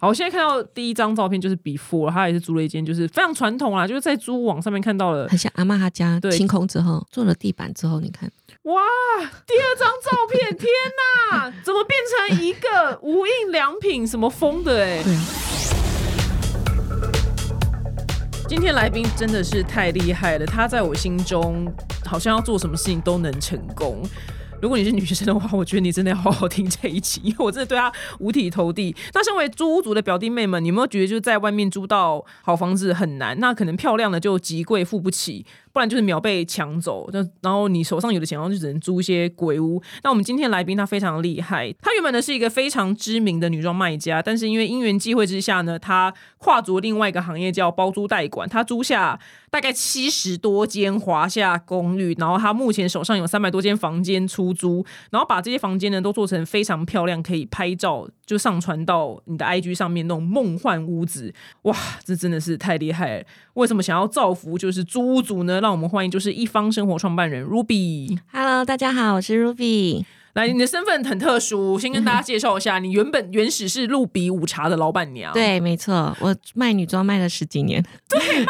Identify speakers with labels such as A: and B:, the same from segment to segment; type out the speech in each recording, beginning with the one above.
A: 好，我现在看到第一张照片就是 before，他也是租了一间，就是非常传统啦，啊就是在租网上面看到了。
B: 很像阿妈她家
A: 对
B: 清空之后做了地板之后，你看
A: 哇，第二张照片，天哪，怎么变成一个无印良品什么风的哎、
B: 对啊
A: 今天来宾真的是太厉害了，他在我心中好像要做什么事情都能成功。如果你是女生的话，我觉得你真的要好好听这一集，因为我真的对他五体投地。那身为租屋族的表弟妹们，你有没有觉得就是在外面租到好房子很难？那可能漂亮的就极贵付不起，不然就是秒被抢走。就然后你手上有的钱，然后就只能租一些鬼屋。那我们今天来宾她非常厉害，她原本呢是一个非常知名的女装卖家，但是因为因缘际会之下呢，她跨足另外一个行业叫包租代管，她租下大概七十多间华夏公寓，然后她目前手上有三百多间房间出租，然后把这些房间呢都做成非常漂亮，可以拍照就上传到你的 IG 上面那种梦幻屋子，哇，这真的是太厉害了！为什么想要造福就是租屋族呢？让我们欢迎就是一方生活创办人 Ruby。
B: ，Hello，大家好，我是 Ruby。
A: 来，你的身份很特 殊，先跟大家介绍一下，你原本原始是露比午茶的老板娘，，
B: 对，没错，我卖女装卖了十几年，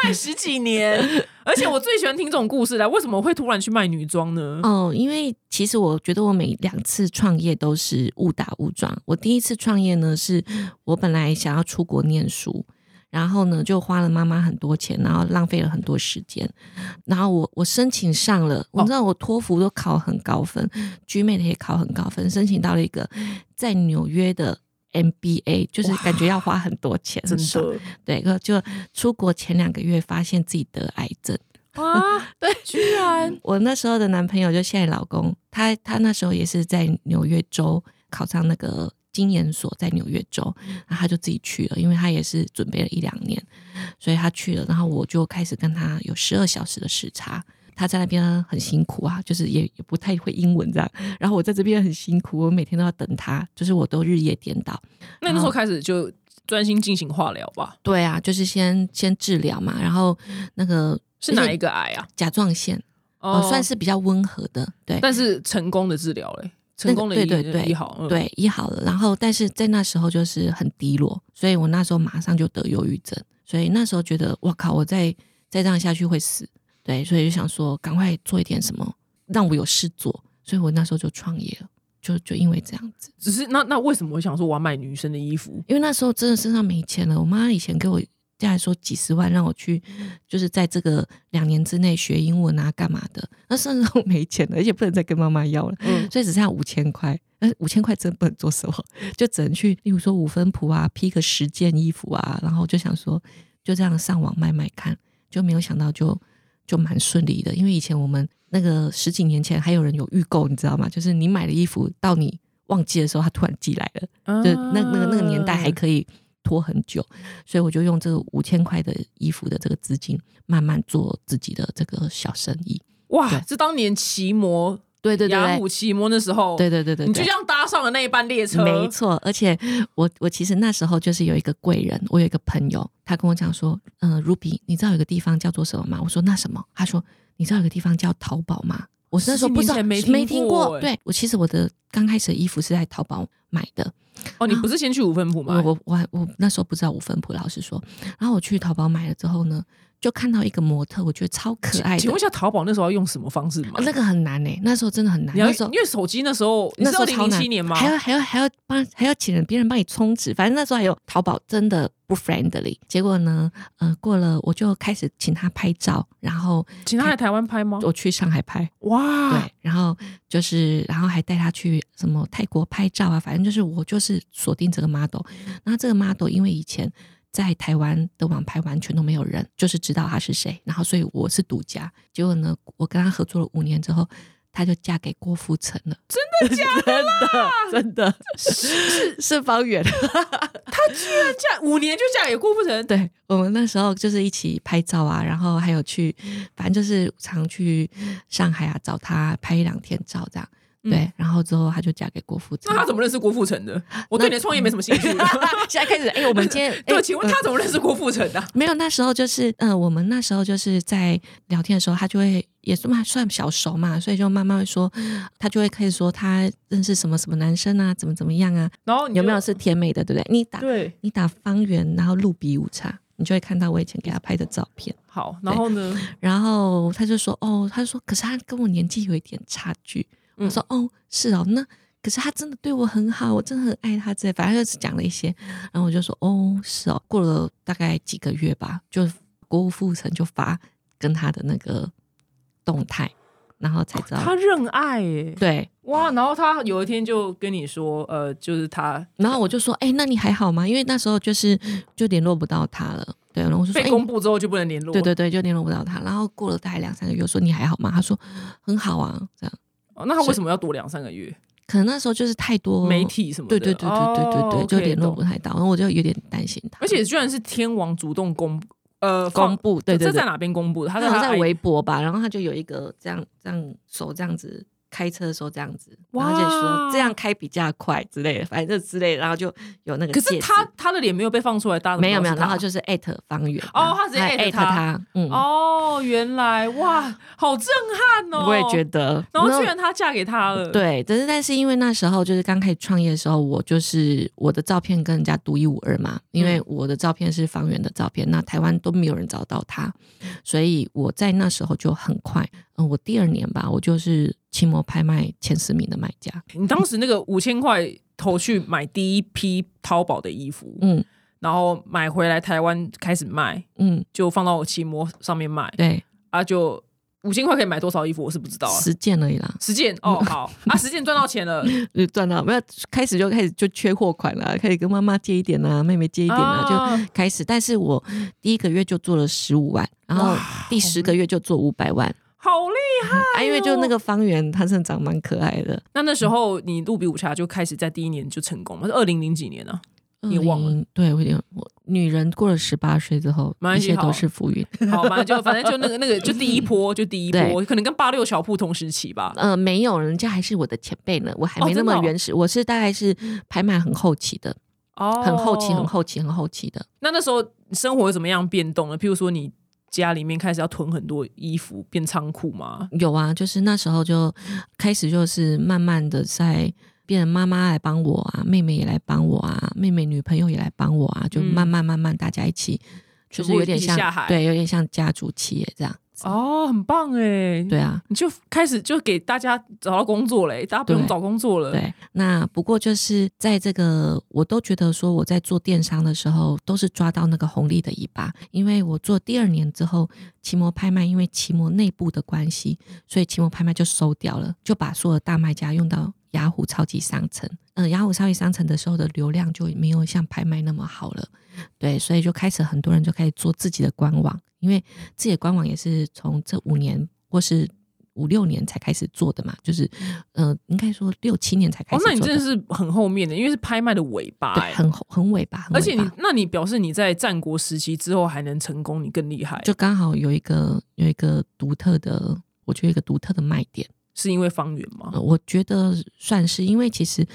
A: 卖十几 年，而且我最喜欢听这种故事了。为什么会突然去卖女装呢？
B: 哦，因为其实我觉得我每两次创业都是误打误撞。我第一次创业呢，是我本来想要出国念书，然后呢就花了妈妈很多钱，然后浪费了很多时间。然后我我申请上了，
A: 哦
B: 我知道我托福都考很高分，g m a t 也考很高分，申请到了一个在纽约的 MBA，就是感觉要花很多钱，
A: 真
B: 很爽
A: 的
B: 对，可就出国前两个月发现自己得癌症。
A: 啊，对，居然
B: 我那时候的男朋友就现在老公，他他那时候也是在纽约州考上那个经研所，在纽约州，然后他就自己去了，因为他也是准备了一两年，所以他去了，然后我就开始跟他有十二小时的时差。他在那边很辛苦啊，就是也也不太会英文这样，然后我在这边很辛苦，我每天都要等他，就是我都日夜颠倒。
A: 那你那时候开始就专心进行化疗吧？
B: 对啊，就是先先治疗嘛，然后那个
A: 是哪一个癌啊？
B: 甲状腺，哦，算，是比较温和的，对。
A: 但是成功的治疗嘞，成功的
B: 对
A: 医
B: 对对
A: 医好，嗯，
B: 对，医好了，然后但是在那时候就是很低落，所以我那时候马上就得忧郁症，所以那时候觉得我靠，我再再这样下去会死，对，所以就想说赶快做一点什么让我有事做，所以我那时候就创业了，就就因为这样子，
A: 只是那那为什么我想说我要买女生的衣服？
B: 因为那时候真的身上没钱了，我妈以前给我。这样说几十万让我去，就是在这个两年之内学英文啊，干嘛的？那甚至我 没钱了，而且不能再跟妈妈要了。
A: 嗯，
B: 所以只剩下五千块。但五千块真不能做什么，就只能去，例如说五分铺啊，批个十件衣服啊，然后就想说就这样上网卖卖看，就没有想到就就蛮顺利的。因为以前我们那个十几年前还有人有预购，你知道吗？就是你买了衣服到你忘记的时候，他突然寄来了，就那那个那个年代
A: 啊
B: 还可以拖很久，所以我就用这个五千块的衣服的这个资金，慢慢做自己的这个小生意。
A: 哇，
B: 对
A: 这当年骑摩
B: 对对对
A: 雅
B: 对
A: 虎骑摩那时候，
B: 对对对对，
A: 你就这样搭上了那一班列车，
B: 没错，而且我我其实那时候就是有一个贵人，我有一个朋友，他跟我讲说，嗯、呃、，Ruby，你知道有个地方叫做什么吗？我说那什么？他说你知道有个地方叫淘宝吗？我那时候不
A: 十
B: 知道，
A: 几年前没
B: 没
A: 听
B: 听
A: 过
B: 过。
A: 欸
B: 对我其实我的刚开始的衣服是在淘宝买的，
A: 哦，你不是先去五分铺
B: 我
A: 吗？
B: 我我还我那时候不知道五分铺，老实说，然后我去淘宝买了之后呢，就看到一个模特，我觉得超可爱
A: 请
B: 的哦
A: 问一。下，淘宝那时候要用什么方式买？
B: 那个很难呢、欸那时候真的很难。
A: 你要
B: 那时候
A: 因为手机那时候，你
B: 那
A: 是
B: 时候
A: 零
B: 超
A: 零
B: 难，
A: 七年吗？
B: 还要还要还要帮还要请人别人帮你充值，反正那时候还有淘宝真的不 friendly。结果呢，呃，过了我就开始请他拍照，然后
A: 请他来台湾拍吗？
B: 我去上海拍，
A: 哇，
B: 对，然后就是然后还带他去什么泰国拍照啊，反正就是我就是锁定这个 model。那这个 model 因为以前。在台湾的网拍完全都没有人，就是知道他是谁，然后所以我是独家。结果呢，我跟他合作了五年之后，他就嫁给郭富城了。真的， 真的， 是是方圆。
A: 那嫁五年就嫁给郭富城，
B: 对我们那时候就是一起拍照啊，然后还有去，
A: 嗯
B: 反正就是常去上海啊找他拍一两天照这样。对，然后之后他就嫁给郭富
A: 嗯
B: 城。
A: 那他 怎么认识郭富城的？我对你的创业没什么兴趣。
B: 现在开始，哎、我们今天
A: 对，
B: 哎
A: 请问他怎么认识郭富城的？
B: 呃没有，那时候就是，嗯、我们那时候就是在聊天的时候，他就会也算算小熟嘛，所以就慢慢会说，
A: 嗯
B: 他就会开始说他认识什么什么男生啊，怎么怎么样啊，
A: 然后你
B: 有没
A: 就
B: 有是甜美的，对不对？你打
A: 对？
B: 你打方圆，然后露比午茶，你就会看到我以前给他拍的照片。
A: 好，然后呢？
B: 然后他就说：“哦，他就说，可是他跟我年纪有一点差距。
A: 嗯
B: 我说：“哦，是哦，那可是他真的对我很好，我真的很爱他之类。”反正就是讲了一些，然后我就说：“哦，是哦。”过了大概几个月吧，就国务副城就发跟他的那个动态，然后才知道、
A: 哦他认爱耶，
B: 对。
A: 哇！然后他有一天就跟你说，呃，就是他
B: 然后我就说：“哎、那你还好吗？”因为那时候就是就联络不到他了。对，然后我就说：“
A: 嗯
B: 哎、
A: 被公布之后就不能联络，
B: 对对对，就联络不到他。然后过了大概两三个月，我说你还好吗？他说很好啊，这样。
A: 哦。那他为什么要躲两三个月？
B: 可能那时候就是太多
A: 媒，体什么的？
B: 对哦对对对对对对，
A: 哦
B: 就联络。不
A: OK，懂
B: 太到，然后我就有点担心他。
A: 而且居然是天王主动公布呃
B: 公
A: 放
B: 布，对对
A: 这在
B: 对，
A: 哪哎边公布的？他
B: 他
A: 在
B: 好像
A: 他
B: 在
A: I-
B: 微博吧，然后他就有一个这样这样手这样子。开车的时候这样子，然后就说
A: 哇
B: 这样开比较快之类的，反正就之类的，然后就有那个
A: 可
B: 戒指。
A: 是他他的脸没有被放出来，大家怎么
B: 没有
A: 知
B: 没
A: 道
B: 有，
A: 是他
B: 然后就是艾特方圆
A: 哦他直接
B: 还
A: 艾
B: 艾
A: 特
B: 特
A: 他
B: 他，嗯，
A: 哦，原来哇，好震撼哦！
B: 我也觉。得。
A: 然后居然她嫁给他了，，
B: 对，但是但是因为那时候就是刚开始创业的时候，我就是我的照片跟人家独一无二嘛，因为我的照片是方圆的照片，那台湾都没有人找到他，所以我在那时候就很快，嗯、我第二年吧，我就是奇摩拍卖前十名的买家，
A: 你当时那个五千块投去买第一批淘宝的衣服，
B: 嗯
A: 然后买回来台湾开始卖，
B: 嗯，
A: 就放到我奇摩上面卖
B: 对，
A: 啊就，五千块可以买多少衣服，我是不知道啊。
B: 十件而已啦，
A: 十件哦，好啊，十件赚到钱了，一
B: 就赚到没有？开始就开始就缺货款了，可以跟妈妈借一点啊，妹妹借一点啊，就
A: 哦
B: 开始，但是我第一个月就做了十五万，然后第十个月就做五百万。
A: 好厉害。
B: 啊，因为就那个方圆，他真的长蛮可爱的。
A: 那那时候你录比武茶就开始在第一年就成功了，是二零零几年啊呢、你忘了
B: 20？对，我嗯有点，我女人过了十八岁之后
A: 没，
B: 一
A: 关系
B: 切
A: 好
B: 都是浮云。
A: 啊。 好，反正就反正就那个那个就第一波就第一波，
B: 对
A: 可能跟八六小铺同时期吧。
B: 呃，没有，人家还是我的前辈呢，我还没
A: 哦真
B: 那
A: 的哦
B: 么原始。我是大概是拍卖很后期的，
A: 哦，
B: 很后期，很。后期，很后期的。
A: 那那时候生活有怎么样变动呢？譬如说你家里面开始要囤很多衣服，变仓库吗？
B: 有啊，就是那时候就开始就是慢慢的在变妈妈来帮我啊，妹妹也来帮我啊，妹妹女朋友也来帮我啊，就
A: 嗯
B: 慢慢慢慢大家一起，就
A: 全
B: 是
A: 部
B: 有
A: 一
B: 点
A: 起
B: 像
A: 下海
B: 对，有点像家族企业这样子。
A: 哦，很棒哎，
B: 对啊，
A: 你就开始就给大家找到工作欸嘞，大家不用
B: 对
A: 找工作了。
B: 对，那不过就是在这个，我都觉得说我在做电商的时候，都是抓到那个红利的尾巴，因为我做第二年之后，奇摩拍卖因为奇摩内部的关系，所以奇摩拍卖就收掉了，就把所有大卖家用到雅虎超级商城。嗯、雅虎超级商城的时候的流量就没有像拍卖那么好了，对，所以就开始很多人就开始做自己的官网，因
A: 嗯
B: 为自己的官网也是从这五年或是。五六年才开始做的嘛，就是，呃，应该说六七年才
A: 嗯
B: 开
A: 哦
B: 始，做
A: 那
B: 的。
A: 你真的是很后面的，因为是拍卖的尾巴
B: 对，
A: 哎。
B: 很红很尾巴，很
A: 而
B: 尾
A: 且你
B: 巴，
A: 那你表示你在战国时期之后还能成功，你更厉害，
B: 就刚好有一个有一个独特的，我觉得有一个独特的卖点，
A: 是因为方圆吗
B: 呃？我觉得算是，因为其实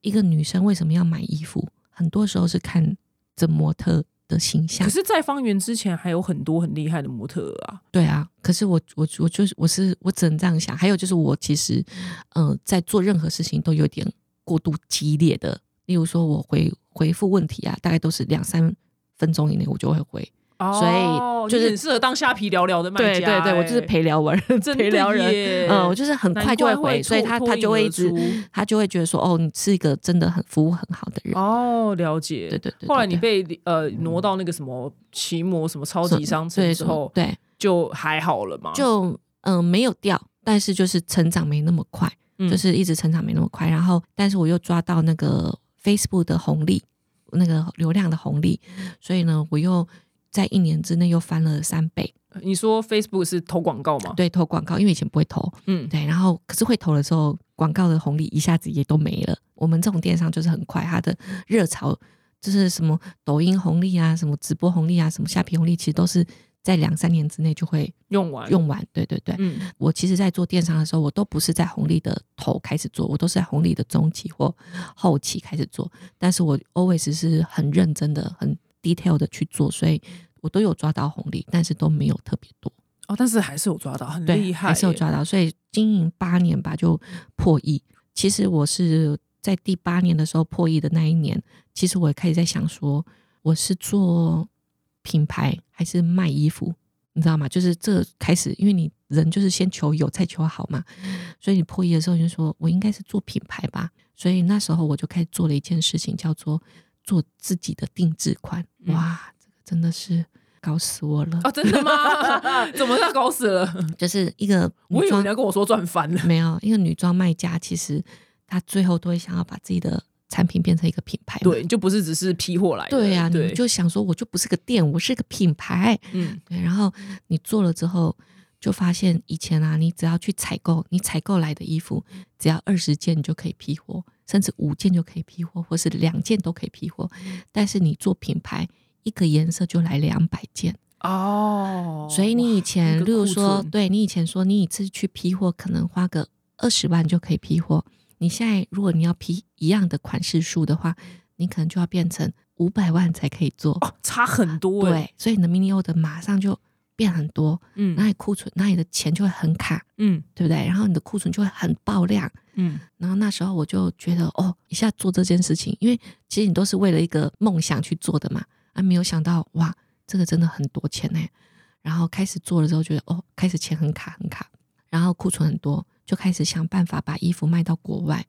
B: 一个女生为什么要买衣服，很多时候是看这模特的形象
A: 可，是，在方圆之前还有很多很厉害的模特儿啊，
B: 对啊。可是我我我就是我是我只能这样想，还有就是我其实，呃，在做任何事情都有点过度激烈的，例如说我回回复问题啊，大概都是两三分钟以内我就会回，所以就是
A: 啊哦你很适合当虾皮聊聊的卖
B: 对
A: 家、
B: 对对，我就是
A: 哎
B: 陪聊 文，
A: 真的
B: 陪聊人，
A: 耶
B: 嗯，我就是很快就
A: 难
B: 会
A: 怪会
B: 回，所以他
A: 脱
B: 他就会一
A: 脱颖而
B: 直
A: 出，
B: 他就会觉得说，哦，你是一个真的很服务很好的 人，
A: 哦，了解。
B: 对对对对
A: 后来你
B: 对
A: 被呃挪到那个什么奇摩什么超级商城
B: 对
A: 之
B: 什么
A: 后，
B: 对，
A: 就还好了嘛。
B: 就嗯、呃没有掉，但是就是成长没那么快，
A: 嗯
B: 就是一直成长没那么快，然后但是我又抓到那个 Facebook 的红利，那个流量的红利，所以呢，我又在一年之内又翻了三倍，
A: 你说 Facebook 是投广告嘛？
B: 对，投广告，因为以前不会投，
A: 嗯，
B: 对，然后可是会投的时候，广告的红利一下子也都没了。我们这种电商就是很快，它的热潮就是什么抖音红利啊，什么直播红利啊，什么下皮红利，其实都是在两三年之内就会
A: 用完，
B: 用完。对对对，
A: 嗯，
B: 我其实，在做电商的时候，我都不是在红利的头开始做，我都是在红利的中期或后期开始做。但是我 always 是很认真的、很 detail 的去做，所以我都有抓到红利，但是都没有特别多。
A: 哦，但是还是有抓到，很
B: 对，
A: 厉害耶，
B: 还是有抓到。所以经营八年吧，就破亿。其实我是在第八年的时候破亿的那一年，其实我也开始在想说，我是做品牌还是卖衣服？你知道吗？就是这开始，因为你人就是先求有，再求好嘛。所以你破亿的时候，你就说我应该是做品牌吧。所以那时候我就开始做了一件事情，叫做做自己的定制款。
A: 嗯
B: 哇，这个真的是搞死我了！
A: 哦，真的 吗？怎么他搞死了？
B: 嗯就是一个女
A: 我以为
B: 装
A: 你要跟我说赚翻了。
B: 没有，一个女装卖家其实她最后都会想要把自己的产品变成一个品牌嘛。
A: 对，你就不是只是批货来的。
B: 对呀、
A: 对
B: 你就想说，我就不是个店，我是个品牌。
A: 嗯，
B: 对，然后你做了之后，就发现以前啊，你只要去采购，你采购来的衣服，只要二十件你就可以批货，甚至五件就可以批货，或是两件都可以批货。但是你做品牌，一个颜色就来两百件。
A: 哦，
B: 所以你以
A: 哇
B: 前，
A: 那
B: 例
A: 个
B: 如
A: 库
B: 说，
A: 存
B: 对你以前说你一次去批货可能花个二十万就可以批货，你现在如果你要批一样的款式数的话，你可能就要变成五百万才可以做。
A: 哦，差很多哎。
B: 对，所以你的 mini order 马上就变很多，那
A: 嗯
B: 你库存，那你的钱就会很卡，
A: 嗯
B: 对不对？然后你的库存就会很爆量。
A: 嗯，
B: 然后那时候我就觉得，哦，一下做这件事情，因为其实你都是为了一个梦想去做的嘛，啊，没有想到哇，这个真的很多钱呢、然后开始做了之后，觉得哦，开始钱很卡很卡，然后库存很多，就开始想办法把衣服卖到国外。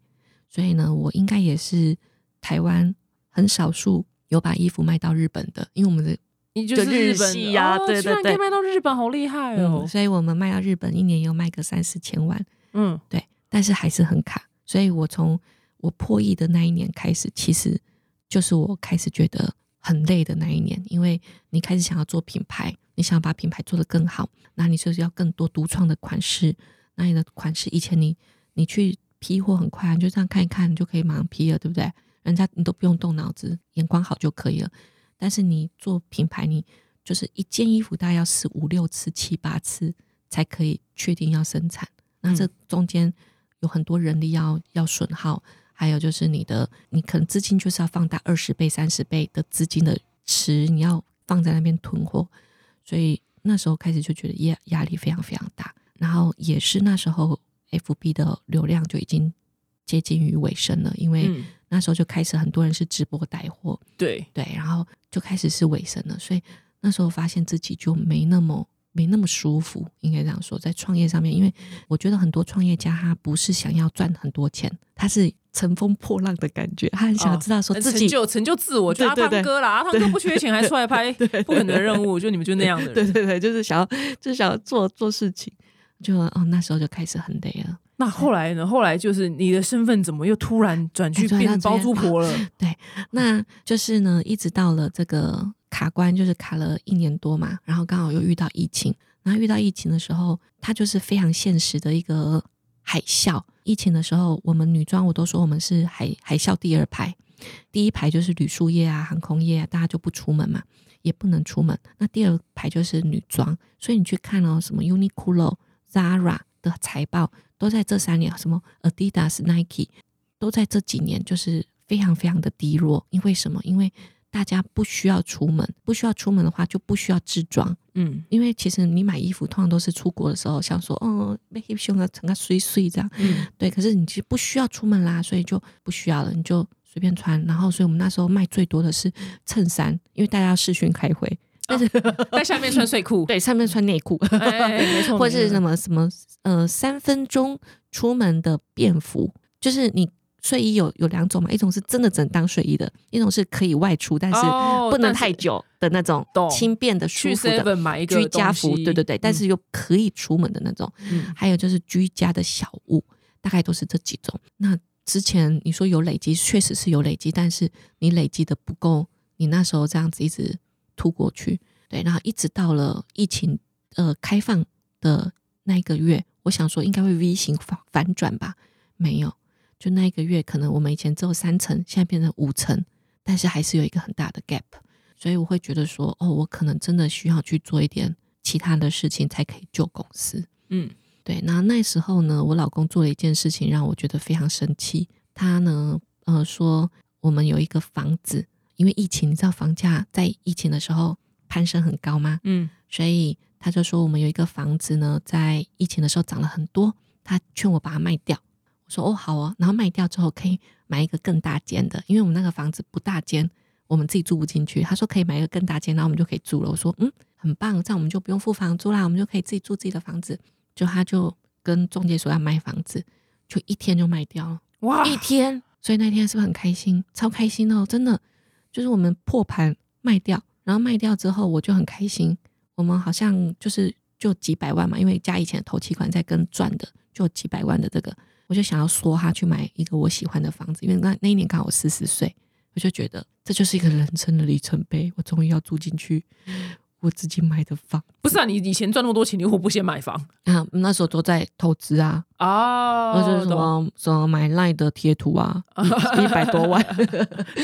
B: 所以呢，我应该也是台湾很少数有把衣服卖到日本的，因为我们的
A: 你
B: 就是日
A: 本
B: 系呀
A: 哦
B: 对
A: 居
B: 对
A: 然可以
B: 对
A: 卖到日本，好厉害哦
B: 嗯，。所以我们卖到日本一年也有卖个三四千万，
A: 嗯，
B: 对，但是还是很卡。所以我从我破亿的那一年开始，其实就是我开始觉得很累的那一年，因为你开始想要做品牌，你想要把品牌做得更好，那你就是要更多独创的款式。那你的款式以前你你去批货很快啊，你就这样看一看，你就可以马上批了，对不对？人家你都不用动脑子，眼光好就可以了。但是你做品牌，你就是一件衣服大概要试五六次、七八次才可以确定要生产。那这中间有很多人力要要损耗，还有就是你的你可能资金就是要放大二十倍、三十倍的资金的池，你要放在那边囤货。所以那时候开始就觉得压压力非常非常大。然后也是那时候 FB 的流量就已经接近于尾声了，因为
A: 嗯
B: 那时候就开始很多人是直播带货，
A: 对，
B: 对，然后就开始是尾声了，所以那时候发现自己就没那么没那么舒服，应该这样说，在创业上面，因为我觉得很多创业家他不是想要赚很多钱，他是乘风破浪的感觉，他很想要
A: 哦
B: 知道说自己、
A: 成就成就自我，就
B: 对
A: 阿
B: 对
A: 汤
B: 对
A: 哥啦，阿汤哥不缺钱还出来 拍不可能的任务，就你们就那样的人。
B: 对对对，就是想要就是想要做做事情，就哦那时候就开始很累了。
A: 那后来呢？后来就是你的身份怎么又突然转去
B: 哎突然
A: 变成
B: 到
A: 包
B: 这
A: 租
B: 边
A: 婆了？
B: 那就是呢，一直到了这个卡关，就是卡了一年多嘛，然后刚好又遇到疫情，然后遇到疫情的时候，它就是非常现实的一个海啸。疫情的时候，我们女装我都说我们是海海啸第二排，第一排就是旅宿业啊、航空业啊，大家就不出门嘛，也不能出门。那第二排就是女装，所以你去看哦，什么 Uniqlo、Zara 的财报都在这三年，什么 Adidas、Nike 都在这几年就是非常非常的低落。因为什么？因为大家不需要出门，不需要出门的话就不需要制装，
A: 嗯
B: 因为其实你买衣服通常都是出国的时候想说，哦，被黑胸啊，整个碎碎这样，
A: 嗯，
B: 对，可是你其实不需要出门啦，所以就不需要了，你就随便穿。然后，所以我们那时候卖最多的是衬衫，因为大家要视讯开会，
A: 在下面穿睡裤，
B: 对，上面穿内裤，
A: 哎，哎哎没错，
B: 或
A: 没
B: 是
A: 错
B: 什么什么呃三分钟出门的便服，就是你睡衣有有两种嘛，一种是真的整当睡衣的，一种是可以外出但是
A: 哦
B: 不能
A: 但是
B: 太久的那种
A: 懂
B: 轻便的、舒
A: 去
B: 服的
A: seven 买一个
B: 居家
A: 东
B: 服，
A: 西
B: 对对对，但
A: 嗯
B: 是又可以出门的那种。
A: 嗯
B: 还有就是居家的小物，大概都是这几种。那之前你说有累积，确实是有累积，但是你累积的不够，你那时候这样子一直突过去，对，然后一直到了疫情呃开放的那一个月，我想说应该会 V 型反反转吧，没有，就那一个月可能我们以前只有三层，现在变成五层，但是还是有一个很大的 gap，所以我会觉得说，哦，我可能真的需要去做一点其他的事情才可以救公司。
A: 嗯
B: 对，那那时候呢，我老公做了一件事情让我觉得非常生气。他呢，呃，说我们有一个房子，因为疫情，你知道房价在疫情的时候攀升很高吗？
A: 嗯
B: 所以他就说我们有一个房子呢，在疫情的时候涨了很多，他劝我把它卖掉。我说哦好哦，然后卖掉之后可以买一个更大间的，因为我们那个房子不大间，我们自己住不进去。他说可以买一个更大间，然后我们就可以住了。我说嗯，很棒，这样我们就不用付房租啦，我们就可以自己住自己的房子。就他就跟中介说要卖房子，就一天就卖掉了。
A: 哇，
B: 一天，所以那天是不是很开心？超开心哦，真的，就是我们破盘卖掉，然后卖掉之后我就很开心。我们好像就是就几百万嘛，因为加以前的头期款在跟赚的，就有几百万的这个，我就想要说他去买一个我喜欢的房子，因为那那一年刚好四十岁，我就觉得这就是一个人生的里程碑，我终于要住进去我自己买的房
A: 不是啊，你以前赚那么多钱，你为何不先买房
B: 啊，那时候都在投资啊，
A: 啊？
B: 或者是什
A: 懂
B: 么什么买赖的贴图啊，一百多 万，
A: 真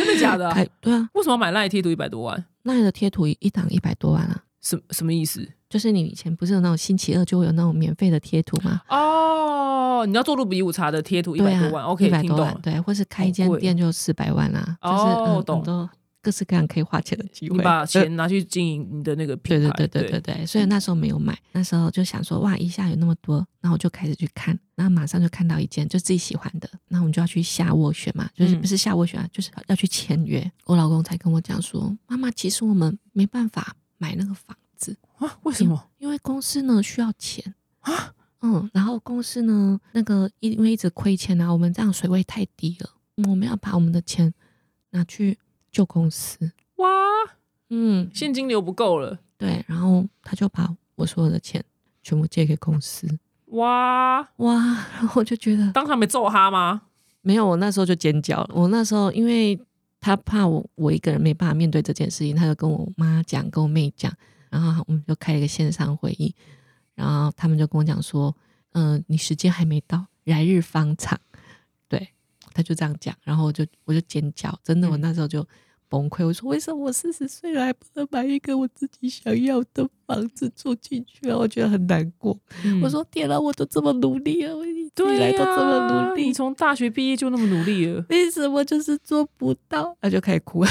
A: 的假的啊？
B: 台对啊，
A: 为什么买赖贴图一百多万？
B: 赖的贴图一档一百多万啊。
A: 什什么意思？
B: 就是你以前不是有那种星期二就会有那种免费的贴图吗？
A: 哦，你要做路比五茶的贴图一
B: 对
A: 百
B: 啊，
A: 多万、o k
B: 一百
A: 听
B: 多
A: 懂
B: 万
A: 了，。
B: 对，或是开一间
A: 好贵
B: 店就四百万啦、
A: 哦
B: 就是、嗯、很
A: 懂
B: 多各式各样可以花钱的机会。
A: 你把
B: 呃
A: 钱拿去经营你的那个
B: 对
A: 品
B: 对
A: 牌，嗯
B: 对对对对，所以那时候没有买，那时候就想说哇，一下有那么多，然后我就开始去看，然后马上就看到一件就自己喜欢的，那我们就要去下斡旋嘛，就是
A: 嗯
B: 不是下斡旋啊，就是要去签约。我老公才跟我讲说，妈妈，其实我们没办法买那个房子，
A: 啊？为什么？
B: 因为公司呢需要钱啊，嗯，然后公司呢那个因因为一直亏钱啊，我们这样水位太低了，我们要把我们的钱拿去救公司，
A: 哇，
B: 嗯，
A: 现金流不够了，
B: 对，然后他就把我所有的钱全部借给公司，
A: 哇！
B: 哇！然后我就觉得
A: 当场没揍他吗？
B: 没有，我那时候就尖叫了。我那时候因为他怕我我一个人没办法面对这件事情，他就跟我妈讲，跟我妹讲，然后我们就开了一个线上会议，然后他们就跟我讲说，嗯、你时间还没到，来日方长。对，他就这样讲，然后我就我就尖叫，真的，
A: 嗯
B: 我那时候就。崩溃！我说为什么我四十岁了还不能买一个我自己想要的房子住进去啊？我觉得很难过。
A: 嗯
B: 我说天啊，我都这么努力了，我一直
A: 对
B: 以来都
A: 呀
B: 这么努力
A: 你，从大学毕业就那么努力了，
B: 为什么就是做不到？他就开始哭。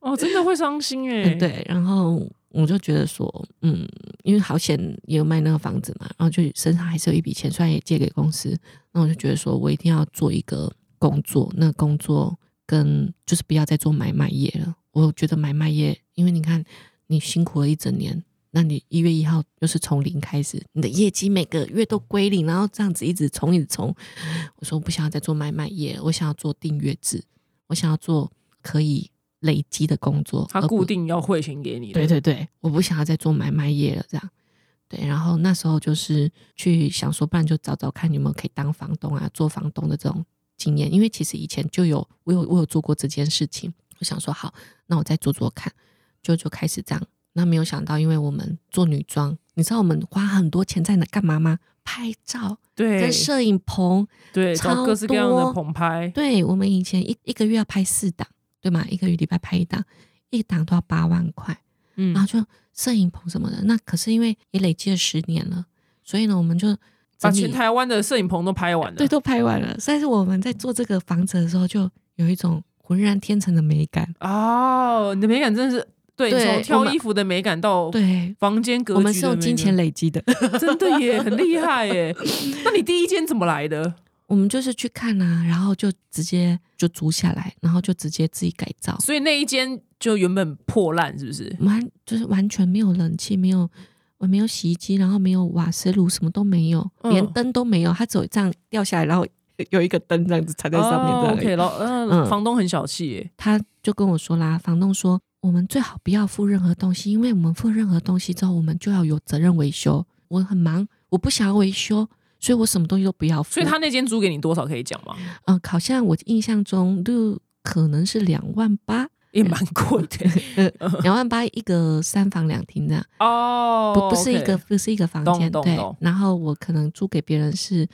A: 哦，真的会伤心哎、
B: 嗯，，对，然后我就觉得说，嗯，因为好险也有卖那个房子嘛，然后就身上还是有一笔钱，虽然也借给公司，那我就觉得说我一定要做一个工作，那工作跟就是不要再做买卖业了。我觉得买卖业，因为你看你辛苦了一整年。那你一月一号又是从零开始，你的业绩每个月都归零，然后这样子一直从一直从。我说我不想要再做买卖业，我想要做订阅制，我想要做可以累积的工作，
A: 他
B: 而不
A: 固定要汇钱给你的，
B: 对对对，我不想要再做买卖业了，这样。对，然后那时候就是去想说，不然就找找看有没有可以当房东啊，做房东的这种经验，因为其实以前就有我有我有做过这件事情，我想说好，那我再做做看，就就开始这样。那没有想到，因为我们做女装，你知道我们花很多钱在那干嘛吗？拍照，
A: 对
B: 跟摄影棚，
A: 对，
B: 超
A: 找各式各样的
B: 多
A: 捧拍，
B: 对我们以前一一个月要拍四档，对吗？一个月礼拜拍一档，一档都要八万块。
A: 嗯
B: 然后就摄影棚什么的。那可是因为也累积了十年了，所以呢，我们就
A: 把
B: 整理
A: 全台湾的摄影棚都拍完了，
B: 对都拍完了。但是我们在做这个房子的时候，就有一种浑然天成的美感。
A: 哦，你的美感真的是对，你
B: 对
A: 从
B: 我
A: 挑
B: 们
A: 衣服的美感到
B: 对，
A: 房间哦格局，
B: 我们是用金钱，累积的。
A: 真的耶，很厉害耶。那你第一间怎么来的？
B: 我们就是去看啊，然后就直接就租下来，然后就直接自己改造。
A: 所以那一间就原本破烂，是不是？
B: 完就是完全没有冷气，没有我没有洗衣机，然后没有瓦斯炉，什么都没有，
A: 嗯
B: 连灯都没有，它只有这样掉下来，然后有一个灯这样子插在上面这
A: 哦
B: 样而已。
A: ，OK，老嗯，
B: 嗯
A: 房东很小气耶，
B: 他就跟我说啦，房东说我们最好不要付任何东西，因为我们付任何东西之后，我们就要有责任维修。我很忙，我不想要维修，所以我什么东西都不要付。
A: 所以他那间租给你多少可以讲吗？
B: 嗯、好像我印象中就可能是两万 八，
A: 也蛮贵的
B: 两万八一个三房两厅这样。
A: 哦，
B: 不不是一
A: OK
B: 个不是一个房
A: 懂
B: 间，
A: 懂
B: 对
A: 懂。
B: 然后我可能租给别人是，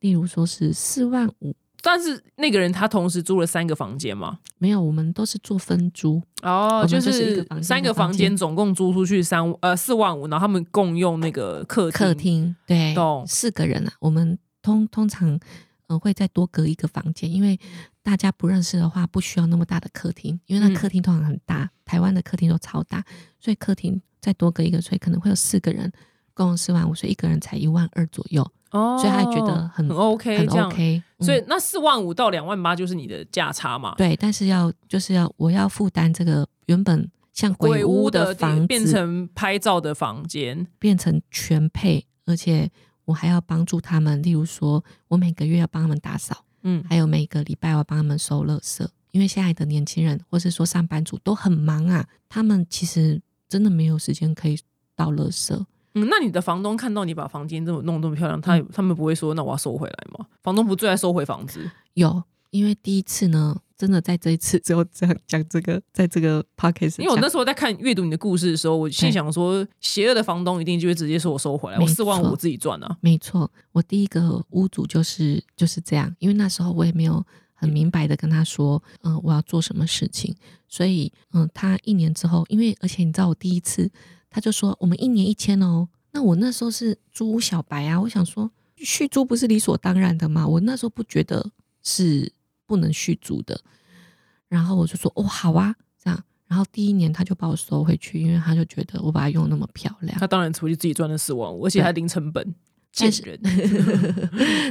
B: 例如说是四万五，
A: 但是那个人他同时租了三个房间嘛，
B: 没有，我们都是做分租，
A: 哦，
B: 们
A: 就
B: 就是一个
A: 是
B: 房间
A: 三
B: 一个
A: 个房
B: 房间
A: 间总共租出去三呃四万五，然后他们共用那个客厅
B: 客厅对
A: 懂，
B: 四个人啊，我们通通常嗯、呃会再多隔一个房间，因为大家不认识的话，不需要那么大的客厅，因为
A: 嗯
B: 那客厅通常很大，台湾的客厅都超大，所以客厅再多隔一个，所以可能会有四个人，跟我四万五，所以一个人才一万二左右，
A: 哦
B: 所以他也觉得很
A: 很 OK，
B: 很
A: 这样
B: OK 嗯。
A: 所以那四万五到两万八就是你的价差嘛？
B: 对，但是要就是要我要负担这个原本像鬼屋
A: 的
B: 房子
A: 变成拍照的房间，
B: 变成全配，而且我还要帮助他们，例如说我每个月要帮他们打扫，
A: 嗯
B: 还有每个礼拜我要帮他们收垃圾。因为现在的年轻人或是说上班族都很忙啊，他们其实真的没有时间可以倒垃圾。
A: 嗯。那你的房东看到你把房间这么弄这么漂亮，
B: 嗯
A: 他也他们不会说那我要收回来吗？房东不最爱收回房子？
B: 有，因为第一次呢，真的在这一次只有这样讲这个，在这个 podcast，
A: 因为我
B: 讲
A: 那时候在看阅读你的故事的时候，我心想说，邪恶的房东一定就会直接说我收回来，我
B: 没
A: 四万
B: 错
A: 五自己赚啊。
B: 没错，我第一个屋主就是就是这样，因为那时候我也没有很明白的跟他说，嗯、我要做什么事情，所以嗯、他一年之后，因为而且你知道我第一次，他就说我们一年一千哦，那我那时候是租屋小白啊，我想说续租不是理所当然的嘛，我那时候不觉得是不能续租的，然后我就说哦好啊，这样，然后第一年他就把我收回去，因为他就觉得我把它用得那么漂亮
A: 他，当然出去自己赚了四万五，而且还零成本，贱
B: 但是
A: 人。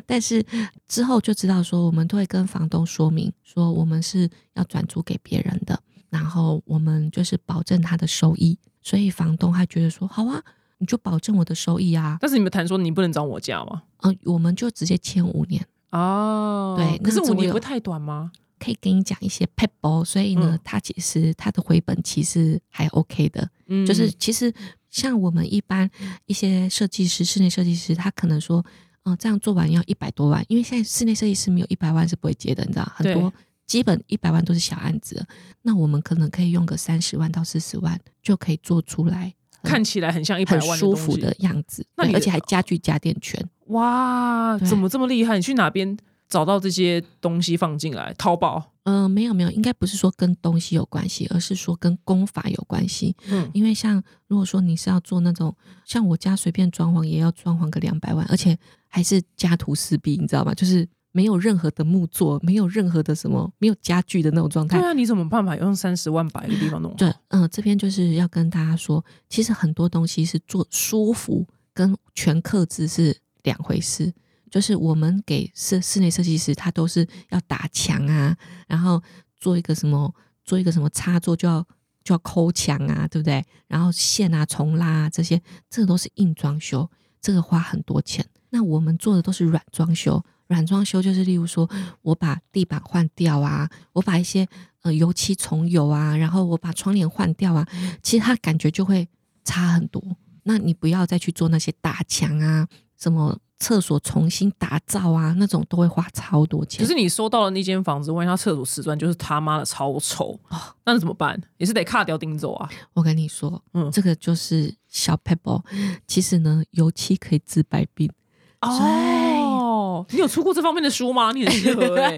B: 但是之后就知道说，我们都会跟房东说明，说我们是要转租给别人的，然后我们就是保证他的收益。所以房东他觉得说，好啊，你就保证我的收益啊，
A: 但是你们谈说你不能涨我价吗？
B: 嗯、我们就直接签五年。
A: 哦，
B: 对
A: 可是
B: 那这
A: 五
B: 我
A: 年
B: 有
A: 不太短吗？
B: 可以跟你讲一些 p e b l 所以呢
A: 嗯，
B: 他其实他的回本其实还 OK 的，
A: 嗯
B: 就是其实像我们一般一些设计师，室内设计师，他可能说，嗯、这样做完要一百多万，因为现在室内设计师没有一百万是不会接的，你知道，很多
A: 对
B: 基本一百万都是小案子，那我们可能可以用个三十万到四十万就可以做出来很
A: 看起来很像一百
B: 很
A: 万
B: 舒
A: 东西
B: 服的样子，
A: 那
B: 对
A: 你
B: 而
A: 的
B: 且还家具家电全，
A: 哇，
B: 对
A: 怎么这么厉害？你去哪边找到这些东西放进来？淘宝，
B: 嗯、没有没有，应该不是说跟东西有关系，而是说跟功法有关系。
A: 嗯，
B: 因为像如果说你是要做那种像我家随便装潢也要装潢个两百万，而且还是家徒四壁，你知道吗？就是没有任何的木作，没有任何的什么，没有家具的那种状
A: 对
B: 态。
A: 啊，你怎么办法用三十万把一个地方弄好？
B: 对，嗯、这边就是要跟大家说，其实很多东西是做舒服跟全克制是两回事。就是我们给室室内设计师，他都是要打墙啊，然后做一个什么做一个什么插座就要就要抠墙啊，对不对？然后线啊、重拉啊这些，这个都是硬装修，这个花很多钱。那我们做的都是软装修，软装修就是例如说我把地板换掉啊，我把一些呃油漆重油啊，然后我把窗帘换掉啊，其实它感觉就会差很多。那你不要再去做那些打墙啊，什么厕所重新打造啊，那种都会花超多钱。
A: 可是你收到了那间房子，万一他厕所瓷砖就是他妈的超丑，
B: 哦
A: 那怎么办？也是得卡掉钉走啊。
B: 我跟你说，
A: 嗯
B: 这个就是小 pebble。其实呢，油漆可以治百病。
A: 哦，你有出过这方面的书吗？你很适合 哎、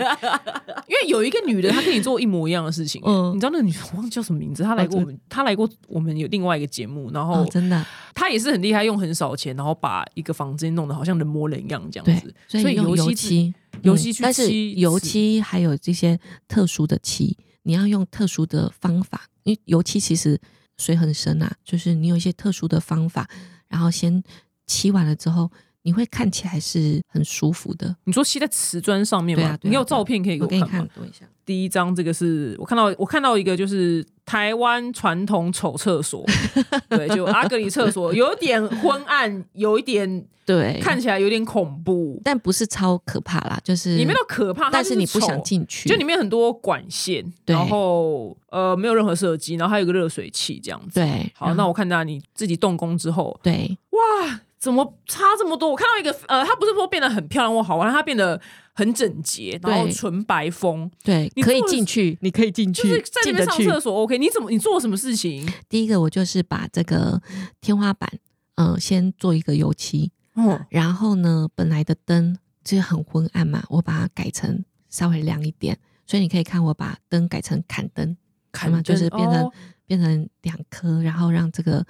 A: 因为有一个女的，她跟你做一模一样的事情、欸
B: 嗯啊
A: 你知道那个女的我忘记叫什么名字，她来过我们，她来过我们有另外一个节目，然后
B: 哦，真的，
A: 她也是很厉害，用很少钱，然后把一个房间弄得好像人模人样这
B: 对
A: 样子，，
B: 所以用
A: 油
B: 油
A: 漆自
B: 漆，嗯
A: 油漆去
B: 但是
A: 漆
B: 油
A: 是
B: 漆还有这些特殊的漆，你要用特殊的方法，因为油漆其实水很深啊，就是你有一些特殊的方法，然后先漆完了之后，你会看起来是很舒服的。
A: 你说漆在瓷砖上面
B: 对
A: 吗？
B: 啊，对啊
A: 你有
B: 对啊
A: 照片可以给
B: 我给你
A: 看吗？
B: 看多一下。
A: 第一张这个是我看到我看到一个就是台湾传统丑厕 所，对，就阿格里厕所，有点昏暗，有一点
B: 对，
A: 看，起来有点恐怖，
B: 但不是超可怕啦，就是
A: 里面到可怕，它
B: 嗯但
A: 就是
B: 你不
A: 丑
B: 想，进去，
A: 就里面很多管线，
B: 对
A: 然后呃没有任何设计，然后还有一个热水器这样子。
B: 对，嗯
A: 好，
B: 然
A: 那
B: 后
A: 我看到你自己动工之后，
B: 对
A: 哇，怎么差这么多？我看到一个呃，它不是说变得很漂亮或好玩，它变得很整洁，然后
B: 对
A: 纯白风，
B: 对
A: 你，
B: 可以
A: 做了
B: 进去，你可以进
A: 就是
B: 去，
A: 在里
B: 进
A: 面
B: 得
A: 上
B: 去。
A: 厕所 OK？你怎么你做了什么事情？
B: 第一个，我就是把这个天花板，嗯、先做一个油漆，
A: 哦，
B: 然后呢，本来的灯就是很昏暗嘛，我把它改成稍微亮一点，所以你可以看我把灯改成砍灯，
A: 看
B: 嘛就是变成、
A: 哦
B: 变成两颗，然后让这个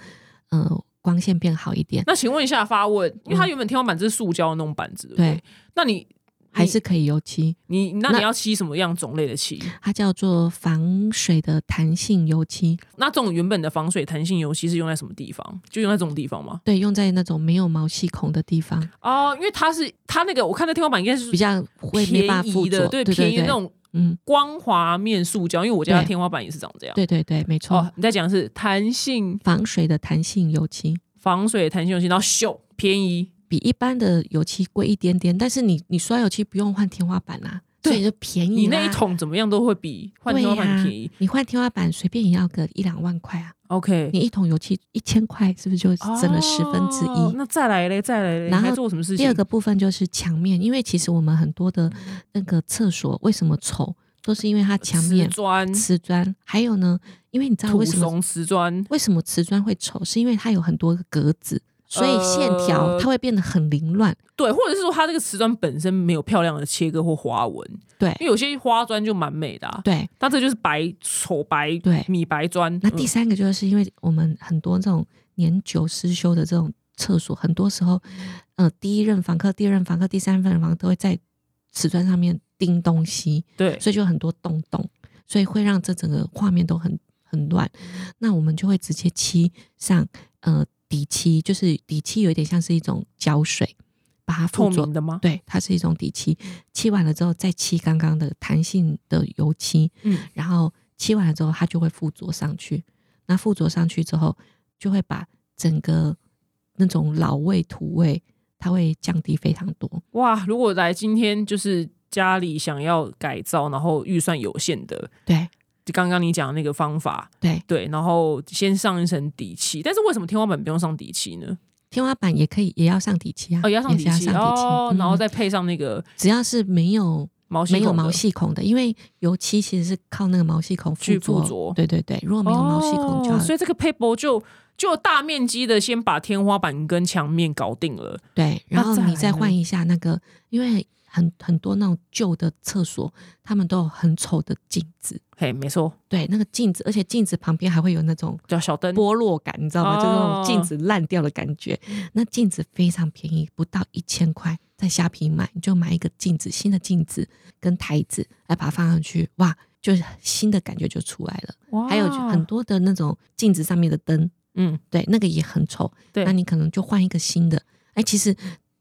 B: 呃光线变好一点。
A: 那请问一下发问，因为它原本天花板是塑胶的那种板子，对不对
B: 嗯对，
A: 那你
B: 还是可以油漆。
A: 你那
B: 那
A: 你要漆什么样种类的漆？
B: 它叫做防水的弹性油漆，
A: 那这种原本的防水弹性油漆是用在什么地方？就用在这种地方吗？
B: 对，用在那种没有毛细孔的地方，
A: 哦，因为它是它那个，我看那天花板应该是
B: 比较会没办
A: 便
B: 法
A: 宜
B: 附
A: 的，
B: 着，
A: 对，
B: 对
A: 便
B: 对
A: 宜的那
B: 对，
A: 种
B: 嗯，
A: 光滑面塑胶，因为我家
B: 对
A: 天花板也是长这样。
B: 对对对，没错，
A: 哦，你在讲的是弹性
B: 防水的弹性油漆。
A: 防水弹性油漆，然后秀便宜，
B: 比一般的油漆贵一点点，但是你你刷油漆不用换天花板啦、啊
A: 对
B: 所以就便宜啦。
A: 你那一桶怎么样都会比换天花板便宜
B: 对。呀你换天花板随便也要个一两万块啊！
A: OK，
B: 你一桶油漆一千块，是不是就省了十分之一？
A: 哦那再来嘞，再来嘞，
B: 然后
A: 你还做什么事情？
B: 第二个部分就是墙面，因为其实我们很多的那个厕所为什么丑，都是因为它墙
A: 瓷
B: 面
A: 砖、
B: 瓷砖，还有呢，因为你知道
A: 土
B: 为什么
A: 松瓷砖，
B: 为什么瓷砖会丑，是因为它有很多个格子，所以线条
A: 呃
B: 它会变得很凌乱。
A: 对，或者是说它这个瓷砖本身没有漂亮的切割或花纹，
B: 对
A: 因为有些花砖就蛮美的、啊，
B: 对，
A: 但这就是白丑白
B: 对
A: 米白砖。
B: 那第三个就是因为我们很多这种年久失修的这种厕所，很多时候，呃，第一任房客、第二任房客、第三任房客都会在瓷砖上面钉东西，
A: 嗯、对，
B: 所以就很多洞洞，所以会让这整个画面都很很乱。那我们就会直接漆上呃底漆，就是底漆有一点像是一种胶水，把它
A: 透
B: 附着
A: 明的吗？
B: 对，它是一种底漆，漆完了之后再漆刚刚的弹性的油漆，
A: 嗯，
B: 然后漆完了之后它就会附着上去。那附着上去之后，就会把整个那种老味土味，它会降低非常多。
A: 哇，如果来今天就是家里想要改造，然后预算有限的，
B: 对
A: 就刚刚你讲的那个方法，
B: 对，
A: 对，然后先上一层底漆。但是为什么天花板不用上底漆呢？
B: 天花板也可以，也要上底漆啊，
A: 哦，也要上
B: 也
A: 底
B: 是要
A: 漆
B: 上底漆
A: 哦，然后
B: 嗯
A: 再配上那个
B: 只要是没有
A: 毛细
B: 没
A: 孔的
B: 有毛细孔的，因为油漆其实是靠那个毛细孔
A: 去
B: 着，
A: 附着
B: 对对对，如果没有毛细孔就要、
A: 哦，所以这个 paper 就就大面积的先把天花板跟墙面搞定了。
B: 对，然
A: 那
B: 后
A: 再
B: 你
A: 来
B: 再
A: 呢
B: 换一下那个，因为很很多那种旧的厕所，他们都有很丑的镜子。
A: 嘿，没错，
B: 对，那个镜子，而且镜子旁边还会有那种
A: 叫小灯。
B: 剥落感，你知道吗？就那种
A: 哦
B: 镜子烂掉的感觉。那镜子非常便宜，不到一千块，在虾皮买你就买一个镜子，新的镜子跟台子，来把它放上去，哇，就是新的感觉就出来了。
A: 哇
B: 还有就很多的那种镜子上面的灯，
A: 嗯，
B: 对，那个也很丑。
A: 对
B: 那你可能就换一个新的。哎，其实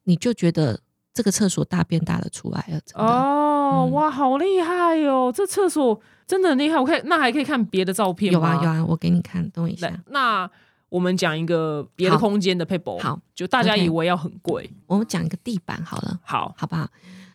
B: 你就觉得这个厕所大便大的出来了，真的。
A: 哦，
B: 嗯
A: 哇，好厉害哦！这厕所真的很厉害。我看那还可以看别的照片
B: 有
A: 吗？
B: 啊有啊，我给你看，等我一
A: 来
B: 下。，
A: 那我们讲一个别的
B: 好
A: 空间的 paper。
B: 好，
A: 就大家
B: OK
A: 以为要很贵。
B: 我们讲一个地板好了，
A: 好，
B: 好不好？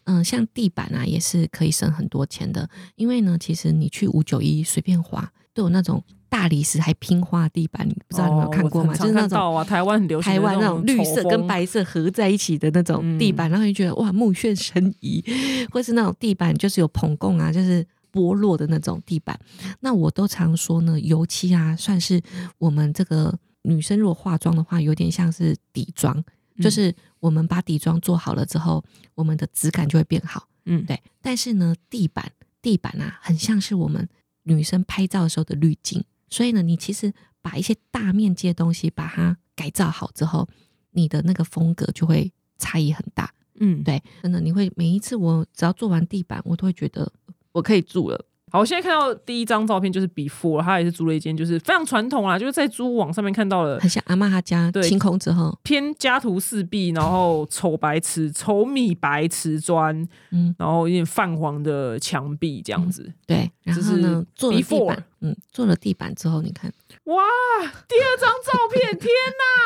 B: 嗯、像地板啊，也是可以省很多钱的，因为呢，其实你去五九一随便划，都有那种大理石还拼花的地板，你不知道你有没有
A: 哦
B: 看过
A: 我
B: 吗？
A: 很
B: 就
A: 常
B: 是那
A: 看到
B: 种。
A: 啊，台湾很流行的
B: 台湾那种绿色
A: 丑
B: 跟
A: 风嗯
B: 白色合在一起的那种地板，然后你就觉得哇目眩神移， 或是那种地板就是有膨供啊，就是剥落的那种地板。那我都常说呢，油漆啊，算是我们这个女生如果化妆的话，有点像是底妆，就
A: 嗯
B: 是我们把底妆做好了之后，我们的质感就会变好。
A: 嗯，
B: 对，但是呢，地板地板啊，很像是我们女生拍照的时候的滤镜，所以呢，你其实把一些大面积的东西把它改造好之后，你的那个风格就会差异很大。
A: 嗯，
B: 对，真的，你会每一次我只要做完地板，我都会觉得我可以住了。
A: 好，我现在看到第一张照片就是 before，他也是租了一间，就是非常传统啊，就是在租网上面看到了
B: 很像阿妈她 家
A: 对
B: 清空之后，
A: 偏家徒四壁，然后丑白瓷、丑米白瓷砖，
B: 嗯，
A: 然后有点泛黄的墙壁这样子。
B: 对，然
A: 这
B: 后呢
A: 是，
B: 做了地
A: before
B: 板，嗯，做了地板之后，你看，
A: 哇，第二张照片，天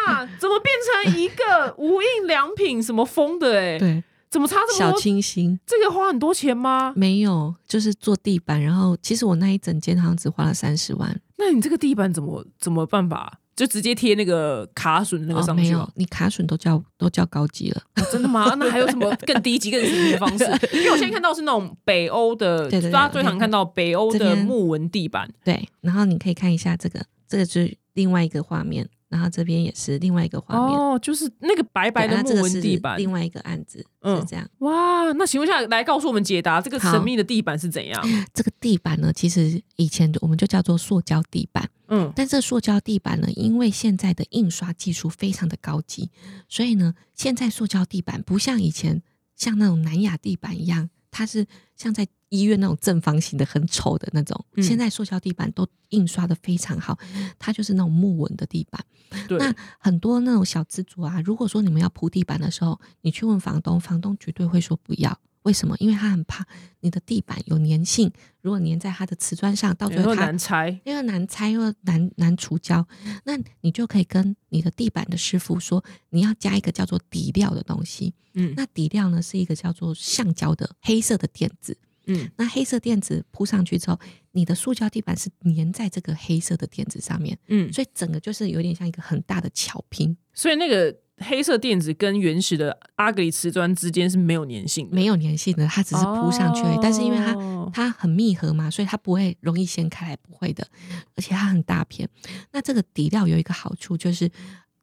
A: 哪，怎么变成一个无印良品什么风的、欸？哎，
B: 对，
A: 怎么差这么
B: 小
A: 多？
B: 清新
A: 这个花很多钱吗？
B: 没有，就是做地板，然后其实我那一整间好像只花了三十万，
A: 那你这个地板怎么怎么办法？就直接贴那个卡榫那个
B: 哦，
A: 上
B: 没
A: 去吗？
B: 有，你卡榫都叫都叫高级了，
A: 哦真的 吗？那还有什么更低级、更神奇的方式？因为我现在看到是那种北欧的，
B: 对对对
A: 大家最常看到北欧
B: 这
A: 的
B: 边
A: 木纹地板，
B: 对，然后你可以看一下这个，这个就是另外一个画面，然后这边也是另外一个画面，
A: 哦，就是那个白白
B: 对
A: 的
B: 那
A: 木
B: 这个
A: 纹
B: 是
A: 地板。
B: 另外一个案子
A: 嗯
B: 是这样。
A: 哇，那请问一下，来告诉我们解答这个
B: 好
A: 神秘的地板是怎 样？
B: 这个地板呢，其实以前我们就叫做塑胶地板，
A: 嗯，
B: 但这塑胶地板呢，因为现在的印刷技术非常的高级，所以呢，现在塑胶地板不像以前像那种南亚地板一样，它是像在医院那种正方形的很丑的那种，
A: 嗯
B: 现在塑胶地板都印刷的非常好，它就是那种木纹的地板。
A: 对，
B: 那很多那种小资族啊，如果说你们要铺地板的时候，你去问房东，房东绝对会说不要。为什么？因为他很怕你的地板有粘性，如果粘在它的瓷砖上，到最
A: 然
B: 后
A: 后
B: 它
A: 难拆，
B: 因为难拆又难难除胶，那你就可以跟你的地板的师傅说，你要加一个叫做底料的东西。
A: 嗯
B: 那底料呢是一个叫做橡胶的黑色的垫子，
A: 嗯，
B: 那黑色垫子铺上去之后，你的塑胶地板是粘在这个黑色的垫子上面，
A: 嗯，
B: 所以整个就是有点像一个很大的巧拼，
A: 所以那个黑色垫子跟原始的阿格里瓷砖之间是没有粘性的，
B: 没有粘性的，它只是铺上去而已。但是因为它
A: 哦
B: 它很密合嘛，所以它不会容易掀开来，不会的，而且它很大片。那这个底料有一个好处就是。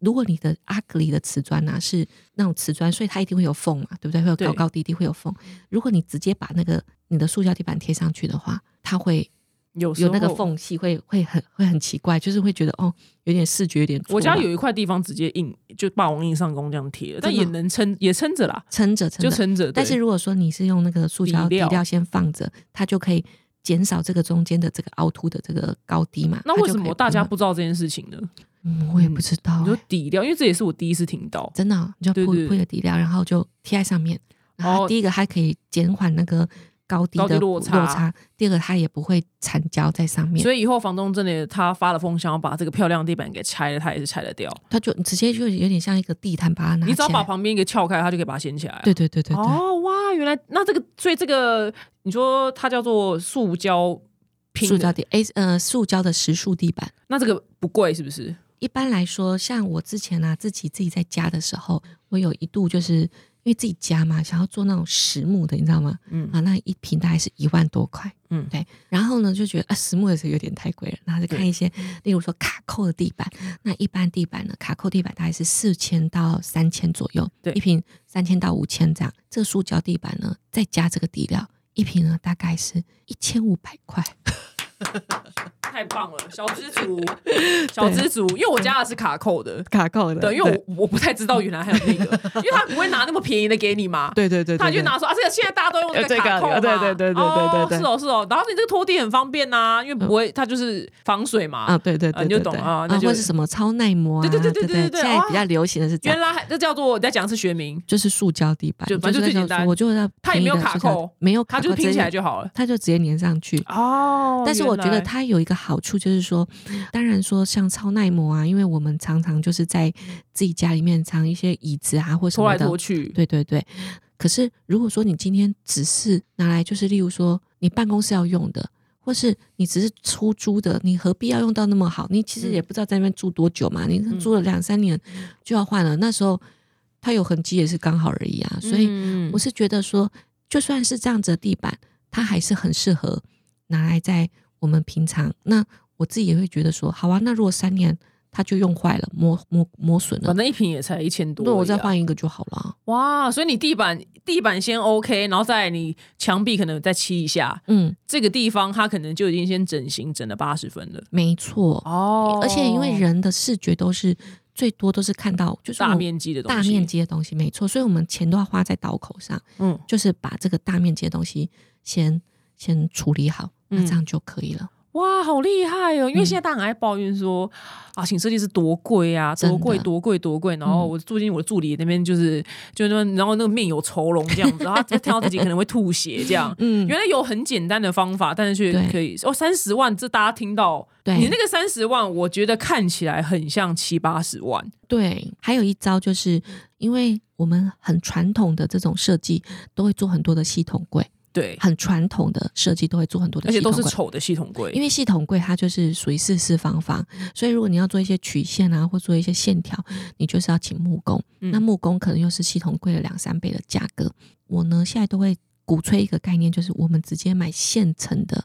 B: 如果你的阿格里的瓷砖呐、是那种瓷砖，所以它一定会有缝嘛，对不对？会有
A: 对
B: 高高低低，会有缝。如果你直接把那个你的塑胶地板贴上去的话，它会
A: 有时
B: 有
A: 候
B: 那个。缝隙，会会很会很奇怪，就是会觉得哦，有点视觉有点错
A: 我家
B: 乱
A: 有一块地方直接印，就霸王硬上弓这样贴了，但
B: 真的
A: 也
B: 哦
A: 能撑，也撑着啦，
B: 撑着撑
A: 就
B: 着，
A: 撑着。
B: 但
A: 对
B: 是如果说你是用那个塑胶
A: 底
B: 底
A: 料
B: 料先放着，它就可以减少这个中间的这个凹凸的这个高低嘛。
A: 那
B: 它就
A: 为什
B: 可以嗯
A: 么大家
B: 平
A: 不知道这件事情呢？
B: 衡？嗯我也不知
A: 你
B: 道欸、
A: 说底料，因为这也是我第一次听到。
B: 真的哦、你就
A: 对
B: 铺
A: 对
B: 铺一个底料，然后就贴在上面。然后
A: 哦
B: 第一个它可以减缓那个高低
A: 高低
B: 的
A: 落差
B: 落差，第二个它也不会缠胶在上面，
A: 所以以后房东真的他发了疯，想要把这个漂亮地板给拆了，他也是拆得 掉。
B: 它就直接就有点像一个地毯把它拿
A: 你
B: 起来。
A: 只要把旁边一个撬开，他就可以把它掀起来。
B: 对对对对对，
A: 哦，哇，原来那这个，所以这个你说它叫做塑胶拼
B: 塑
A: 的
B: 胶地诶呃塑胶的石塑地板。
A: 那这个不贵是不是？
B: 一般来说，像我之前啊，自己自己在家的时候，我有一度就是因为自己家嘛，想要做那种实木的，你知道吗？
A: 嗯
B: 啊，那一瓶大概是一万多块，
A: 嗯
B: 对。然后呢，就觉得啊，实木的时候有点太贵了，然后就看一些，例如说卡扣的地板，那一般地板呢，卡扣地板大概是四千到三千左右，
A: 对
B: 一瓶三千到五千这样。这个塑胶地板呢，再加这个底料，一瓶呢大概是一千五百块。
A: 太棒了，小知 足，小知足，因为我家的是卡扣的，
B: 卡扣的
A: 对，因为我我不太知道原来还有那个，因为他不会拿那么便宜的给你嘛。
B: 对对对，
A: 他
B: 对
A: 就
B: 对
A: 拿说啊，这个现在大家都用这个
B: 呃这个
A: 卡扣嘛，
B: 对对对对对
A: 哦
B: 对对
A: 是哦是哦。然后你这个拖地很方便呐，因为不会，它就是防水嘛
B: 啊，。对对
A: 啊
B: 对，
A: 你就
B: 对
A: 懂
B: 对
A: 啊
B: 啊，
A: 那就
B: 或是什么超耐磨啊，
A: 对对对对
B: 对
A: 对对对
B: 现在
A: 哇
B: 比较流行的是这
A: 原
B: 样，
A: 来这叫做我在讲的是学名，
B: 就是塑胶地板，
A: 就反正
B: 是
A: 就最
B: 那
A: 简单
B: 种我就要
A: 它也
B: 便宜
A: 没有
B: 的
A: 卡
B: 塑胶
A: 扣
B: 没有
A: 它
B: 卡
A: 就是
B: 扣，
A: 拼起来
B: 直接
A: 就好了。
B: 它就直接粘上去。
A: 哦，
B: 但是我觉
A: 原
B: 得
A: 来
B: 它有一个好处，就是说，当然说像超耐磨啊，因为我们常常就是在自己家里面藏一些椅子啊或什
A: 拖
B: 么
A: 来
B: 的，
A: 拖去，
B: 对对对。可是如果说你今天只是拿来，就是例如说你办公室要用的，或是你只是出租的，你何必要用到那么好？你其实
A: 嗯
B: 也不知道在那边住多久嘛，
A: 嗯
B: 你住了两三年就要换了，那时候它有痕迹也是刚好而已啊。所以
A: 嗯
B: 我是觉得说，就算是这样子的地板，它还是很适合拿来在我们平常。那我自己也会觉得说，好啊，那如果三年它就用坏了，磨磨磨损了
A: 反，正一瓶也才一千多而已
B: 那
A: 啊，
B: 我再换一个就好了啊。
A: 哇，所以你地板地板先 OK，然后再来你墙壁可能再漆一下，
B: 嗯，
A: 这个地方它可能就已经先整形整了八十分了。
B: 没错。
A: 哦
B: 而且因为人的视觉都是最多都是看到就是我
A: 大
B: 们
A: 面积的东
B: 大
A: 西，
B: 面，积的东西，没错，所以我们钱都要花在刀口上，
A: 嗯，
B: 就是把这个大面积的东西先先处理好，
A: 嗯
B: 那这样就可以了。
A: 哇，好厉害哦！因为现
B: 嗯
A: 在大家很爱抱怨说、啊，请设计师多贵啊，
B: 真
A: 多
B: 的嗯
A: 贵多贵多贵。然后我住进我的助理那边就是就那边，然后那个面有愁容这样子，然后他 看到自己可能会吐血这样。
B: 嗯
A: 原来有很简单的方法，但是却
B: 对
A: 可以哦，三十万，这大家听到，
B: 对
A: 你那个三十万，我觉得看起来很像七八十万，
B: 对，还有一招就是，因为我们很传统的这种设计都会做很多的系统柜，
A: 对，
B: 很传统的设计都会做很多的
A: 而且
B: 系
A: 都
B: 统
A: 是
B: 柜。
A: 丑的系统柜，
B: 因为系统柜它就是属于四四方方，所以如果你要做一些曲线啊，或做一些线条，你就是要请木工。
A: 嗯
B: 那木工可能又是系统柜的两三倍的价格。我呢现在都会鼓吹一个概念，就是我们直接买现成的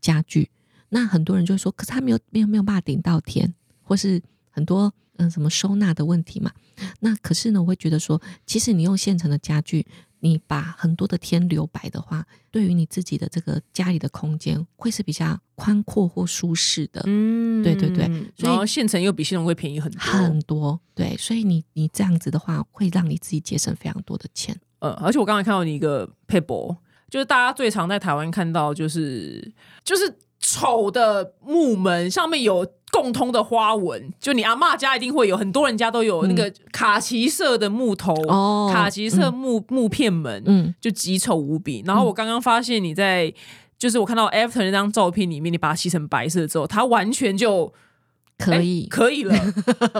B: 家具。那很多人就会说，可是他没有没有没有办法顶到天，或是很多嗯、呃什么收纳的问题嘛。那可是呢，我会觉得说，其实你用现成的家具，你把很多的天留白的话，对于你自己的这个家里的空间会是比较宽阔或舒适的。
A: 嗯
B: 对对对所以
A: 然后现成又比现成会便宜很多，
B: 很多对，所以你你这样子的话，会让你自己节省非常多的钱。
A: 呃，而且我刚才看到你一个 paper，就是大家最常在台湾看到，就是就是丑的木门上面有共通的花纹，就你阿嬷家一定会有，很多人家都有那个卡其色的木头，
B: 嗯哦
A: 卡其色木、木片门，
B: 嗯，
A: 就极丑无比。然后我刚刚发现你在，就是我看到 After 那张照片里面，你把它漆成白色之后，它完全就
B: 可
A: 哎
B: 以，
A: 可 以了，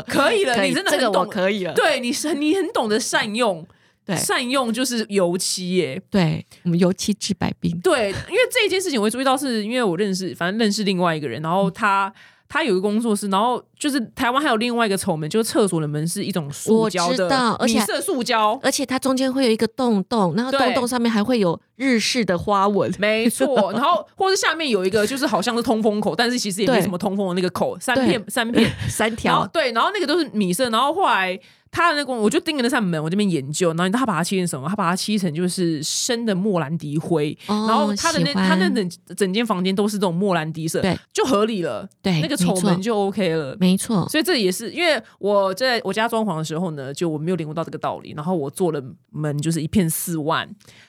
A: 可以了，
B: 可以
A: 你真的
B: 这
A: 很
B: 个我
A: 懂，
B: 可 以了。
A: 对，你是你很懂得善用。
B: 对
A: 善用就是油漆耶。
B: 对，我们油漆治百病。
A: 对，因为这一件事情我会注意到是，因为我认识，反正认识另外一个人，然后他。他有一个工作室，然后就是台湾还有另外一个丑门，就是厕所的门是一种塑胶
B: 我知
A: 的
B: 道，而且
A: 米色塑胶，
B: 而且它中间会有一个洞洞，然后
A: 哦对
B: 洞洞上面还会有日式的花纹。
A: 没错。然后或者下面有一个就是好像是通风口，但是其实也没
B: 对
A: 什么通风的那个口，三片三 片，
B: 三
A: 然后
B: 条，
A: 对，然后那个都是米色，然后后来他的那个我就盯着那扇门，我这边研究，然后你知道他把它漆成什么？他把它漆成就是深的莫兰迪灰，
B: 哦
A: 然后他的那
B: 喜欢
A: 他那整整间房间都是这种莫兰迪色，
B: 对，
A: 就合理了，
B: 对
A: 那个
B: 没
A: 丑
B: 错
A: 门就 OK 了。
B: 没错，
A: 所以这也是因为我在我家装潢的时候呢，就我没有领悟到这个道理，然后我做了门就是一片四万，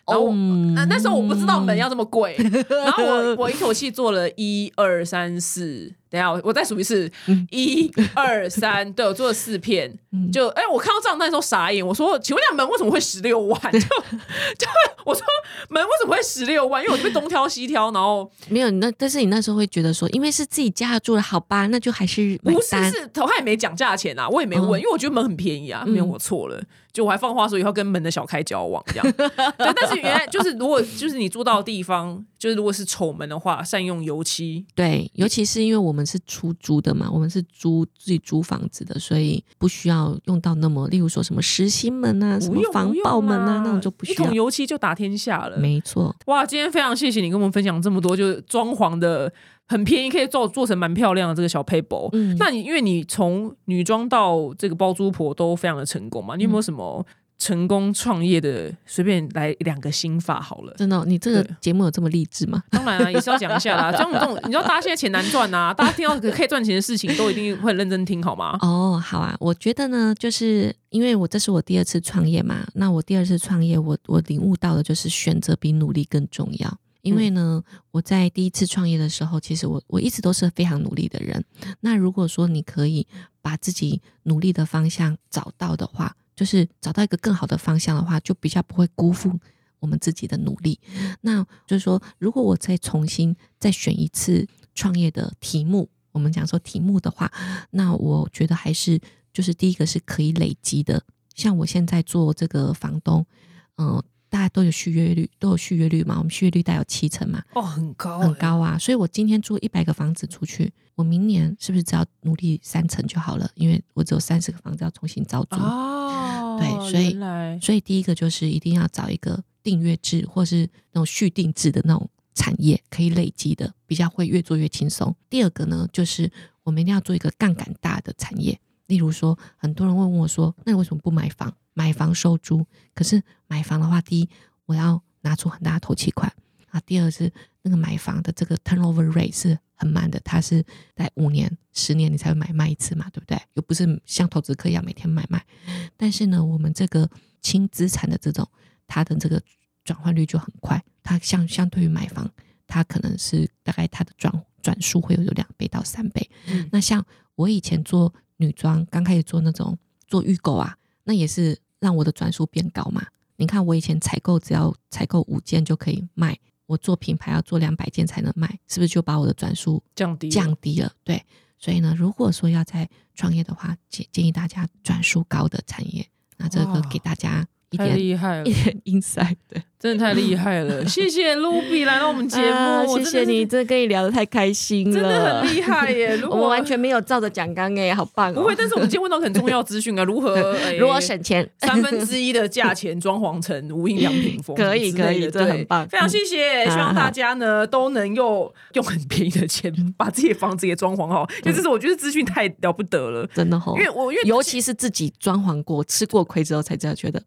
A: 然后我、
B: 嗯
A: 那那时候我不知道门要这么贵， 然后我我一口气做了一二三四，等一下我我再数一次，
B: 嗯
A: 一二三，对我做了四片，就哎、我看到账单的时候傻眼，我说请问一下门为什么会十六 万？就就我说门为什么会十六万？因为我这边东挑西挑，然后。
B: 没有那，但是你那时候会觉得说，因为是自己家住了，好吧，那就还是买
A: 不是，
B: 单。嗯
A: 是头他也没讲价钱啊，我也没问，因为我觉得门很便宜啊，没有我错了，就我还放话说以后跟门的小开交往这 样。对，但是原来就是如果就是你租到的地方，就是如果是丑门的话，善用油漆，
B: 对，尤其是因为我们是出租的嘛，我们是租自己租房子的，所以不需要用到那么，例如说什么实心门啊、什
A: 不
B: 么
A: 用
B: 防
A: 不用
B: 爆门
A: 啦
B: 啊，那种就不
A: 一
B: 需要
A: 桶。油漆就打天下了。
B: 没错，
A: 哇，今天非常谢谢你跟我们分享这么多，就是装潢的很便宜，可以做做成蛮漂亮的这个小 paper。
B: 嗯
A: 那你因为你从女装到这个包租婆都非常的成功嘛，你有没
B: 嗯
A: 有什么成功创业的？随便来两个心法好了。
B: 真的哦、你这个
A: 对
B: 节目有这么励志吗？
A: 当然啊，也是要讲一下啦。像我们这种，你知道大家现在钱难赚呐、大家听到可以赚钱的事情，都一定会很认真听，好吗？
B: 哦，好啊，我觉得呢，就是因为我这是我第二次创业嘛，那我第二次创业，我我领悟到的就是选择比努力更重要。因为呢，我在第一次创业的时候，其实我我一直都是非常努力的人。那如果说你可以把自己努力的方向找到的话，就是找到一个更好的方向的话，就比较不会辜负我们自己的努力。那就是说，如果我再重新再选一次创业的题目，我们讲说题目的话，那我觉得还是就是第一个是可以累积的，像我现在做这个房东，嗯、大家都有续约率，都有续约率嘛，我们续约率大概有七成嘛，
A: 哦，很高
B: 很。高啊。所以我今天租一百个房子出去，我明年是不是只要努力三成就好了？因为我只有三十个房子要重新招租。
A: 欸哦，
B: 对所以
A: 原来
B: 所以第一个就是一定要找一个订阅制或是那种续订制的那种产业，可以累积的，比较会越做越轻松。第二个呢，就是我们一定要做一个杠杆大的产业，例如说，很多人会问我说，那你为什么不买房？买房收租？可是买房的话，第一我要拿出很大的头期款啊，第二是那个买房的这个 turnover rate 是很慢的，它是在五年、十年你才会买卖一次嘛，对不对？又不是像投资客一样每天买卖。但是呢，我们这个轻资产的这种，它的这个转换率就很快，它相相对于买房，它可能是大概它的转转速会有两倍到三倍。
A: 嗯
B: 那像我以前做女装，刚开始做那种做预购啊，那也是让我的转速变高嘛。你看我以前采购只要采购五件就可以卖，我做品牌要做两百件才能卖，是不是就把我的转速
A: 降低了
B: 降低了。对，所以呢，如果说要在创业的话，建建议大家转速高的产业。那这
A: 哇
B: 个给大家一
A: 太
B: 点
A: 厉害了
B: 一，点 insight。对，
A: 真的太厉害 了！谢谢 Ruby 来到我们节目，
B: 啊谢谢你，这跟你聊得太开心
A: 真的是，真的
B: 了，
A: 很厉害耶！如
B: 我
A: 果
B: 们完全没有照着讲纲哎，好棒
A: 不
B: 哦
A: 会，！但是我们今天问到很重要资讯啊，如 何、哎
B: 如果省钱，
A: 三分之一的价钱装潢成无印良品风，
B: 可以
A: 之类的
B: 可以
A: 对
B: 这很棒
A: 非常谢谢，
B: 嗯
A: 希望大家呢都能用用很便宜的钱把自己的房子给装潢 好，因为这是我觉得资讯太了不得了，
B: 真的吼
A: 因。为我因为
B: 尤其是自己装潢过、吃过亏之后，才知道觉得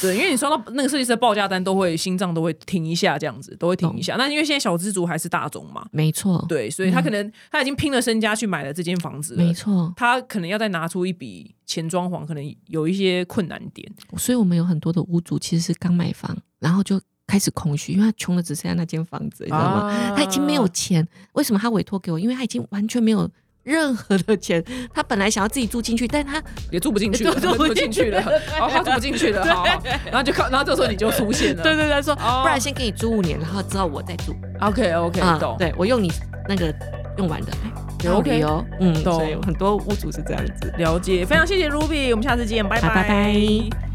A: 对，因为你收到那个设计师的报价单，都会心脏都会停一下，这样子都会停一下。那因为现在小资族还是大众嘛，
B: 没错，
A: 对，所以他可能、他已经拼了身家去买了这间房子了
B: 没，错。
A: 他可能要再拿出一笔钱装潢，可能有一些困难点。
B: 所以我们有很多的屋主其实是刚买房，然后就开始空虚，因为他穷的只剩下那间房子，你知道吗？
A: 啊
B: 他已经没有钱，为什么他委托给我？因为他已经完全没有任何的钱，他本来想要自己住进去，但他
A: 也住不进去了，
B: 对
A: 他
B: 住
A: 住
B: 不
A: 不进去了，
B: 进去了
A: 哦，他住不进去了，好，好然后就靠，然后这时候你就出现了，
B: 对对对，他说、
A: 哦
B: 不然先给你租五年，然后之后我再住
A: ，OK OK，
B: 啊、
A: 懂，
B: 对我用你那个用完的，
A: 有
B: 有理
A: OK
B: 哦，嗯，
A: 懂
B: 所以很多屋主是这样子。
A: 了解，非常谢谢 Ruby，我们下次见，拜
B: 好拜拜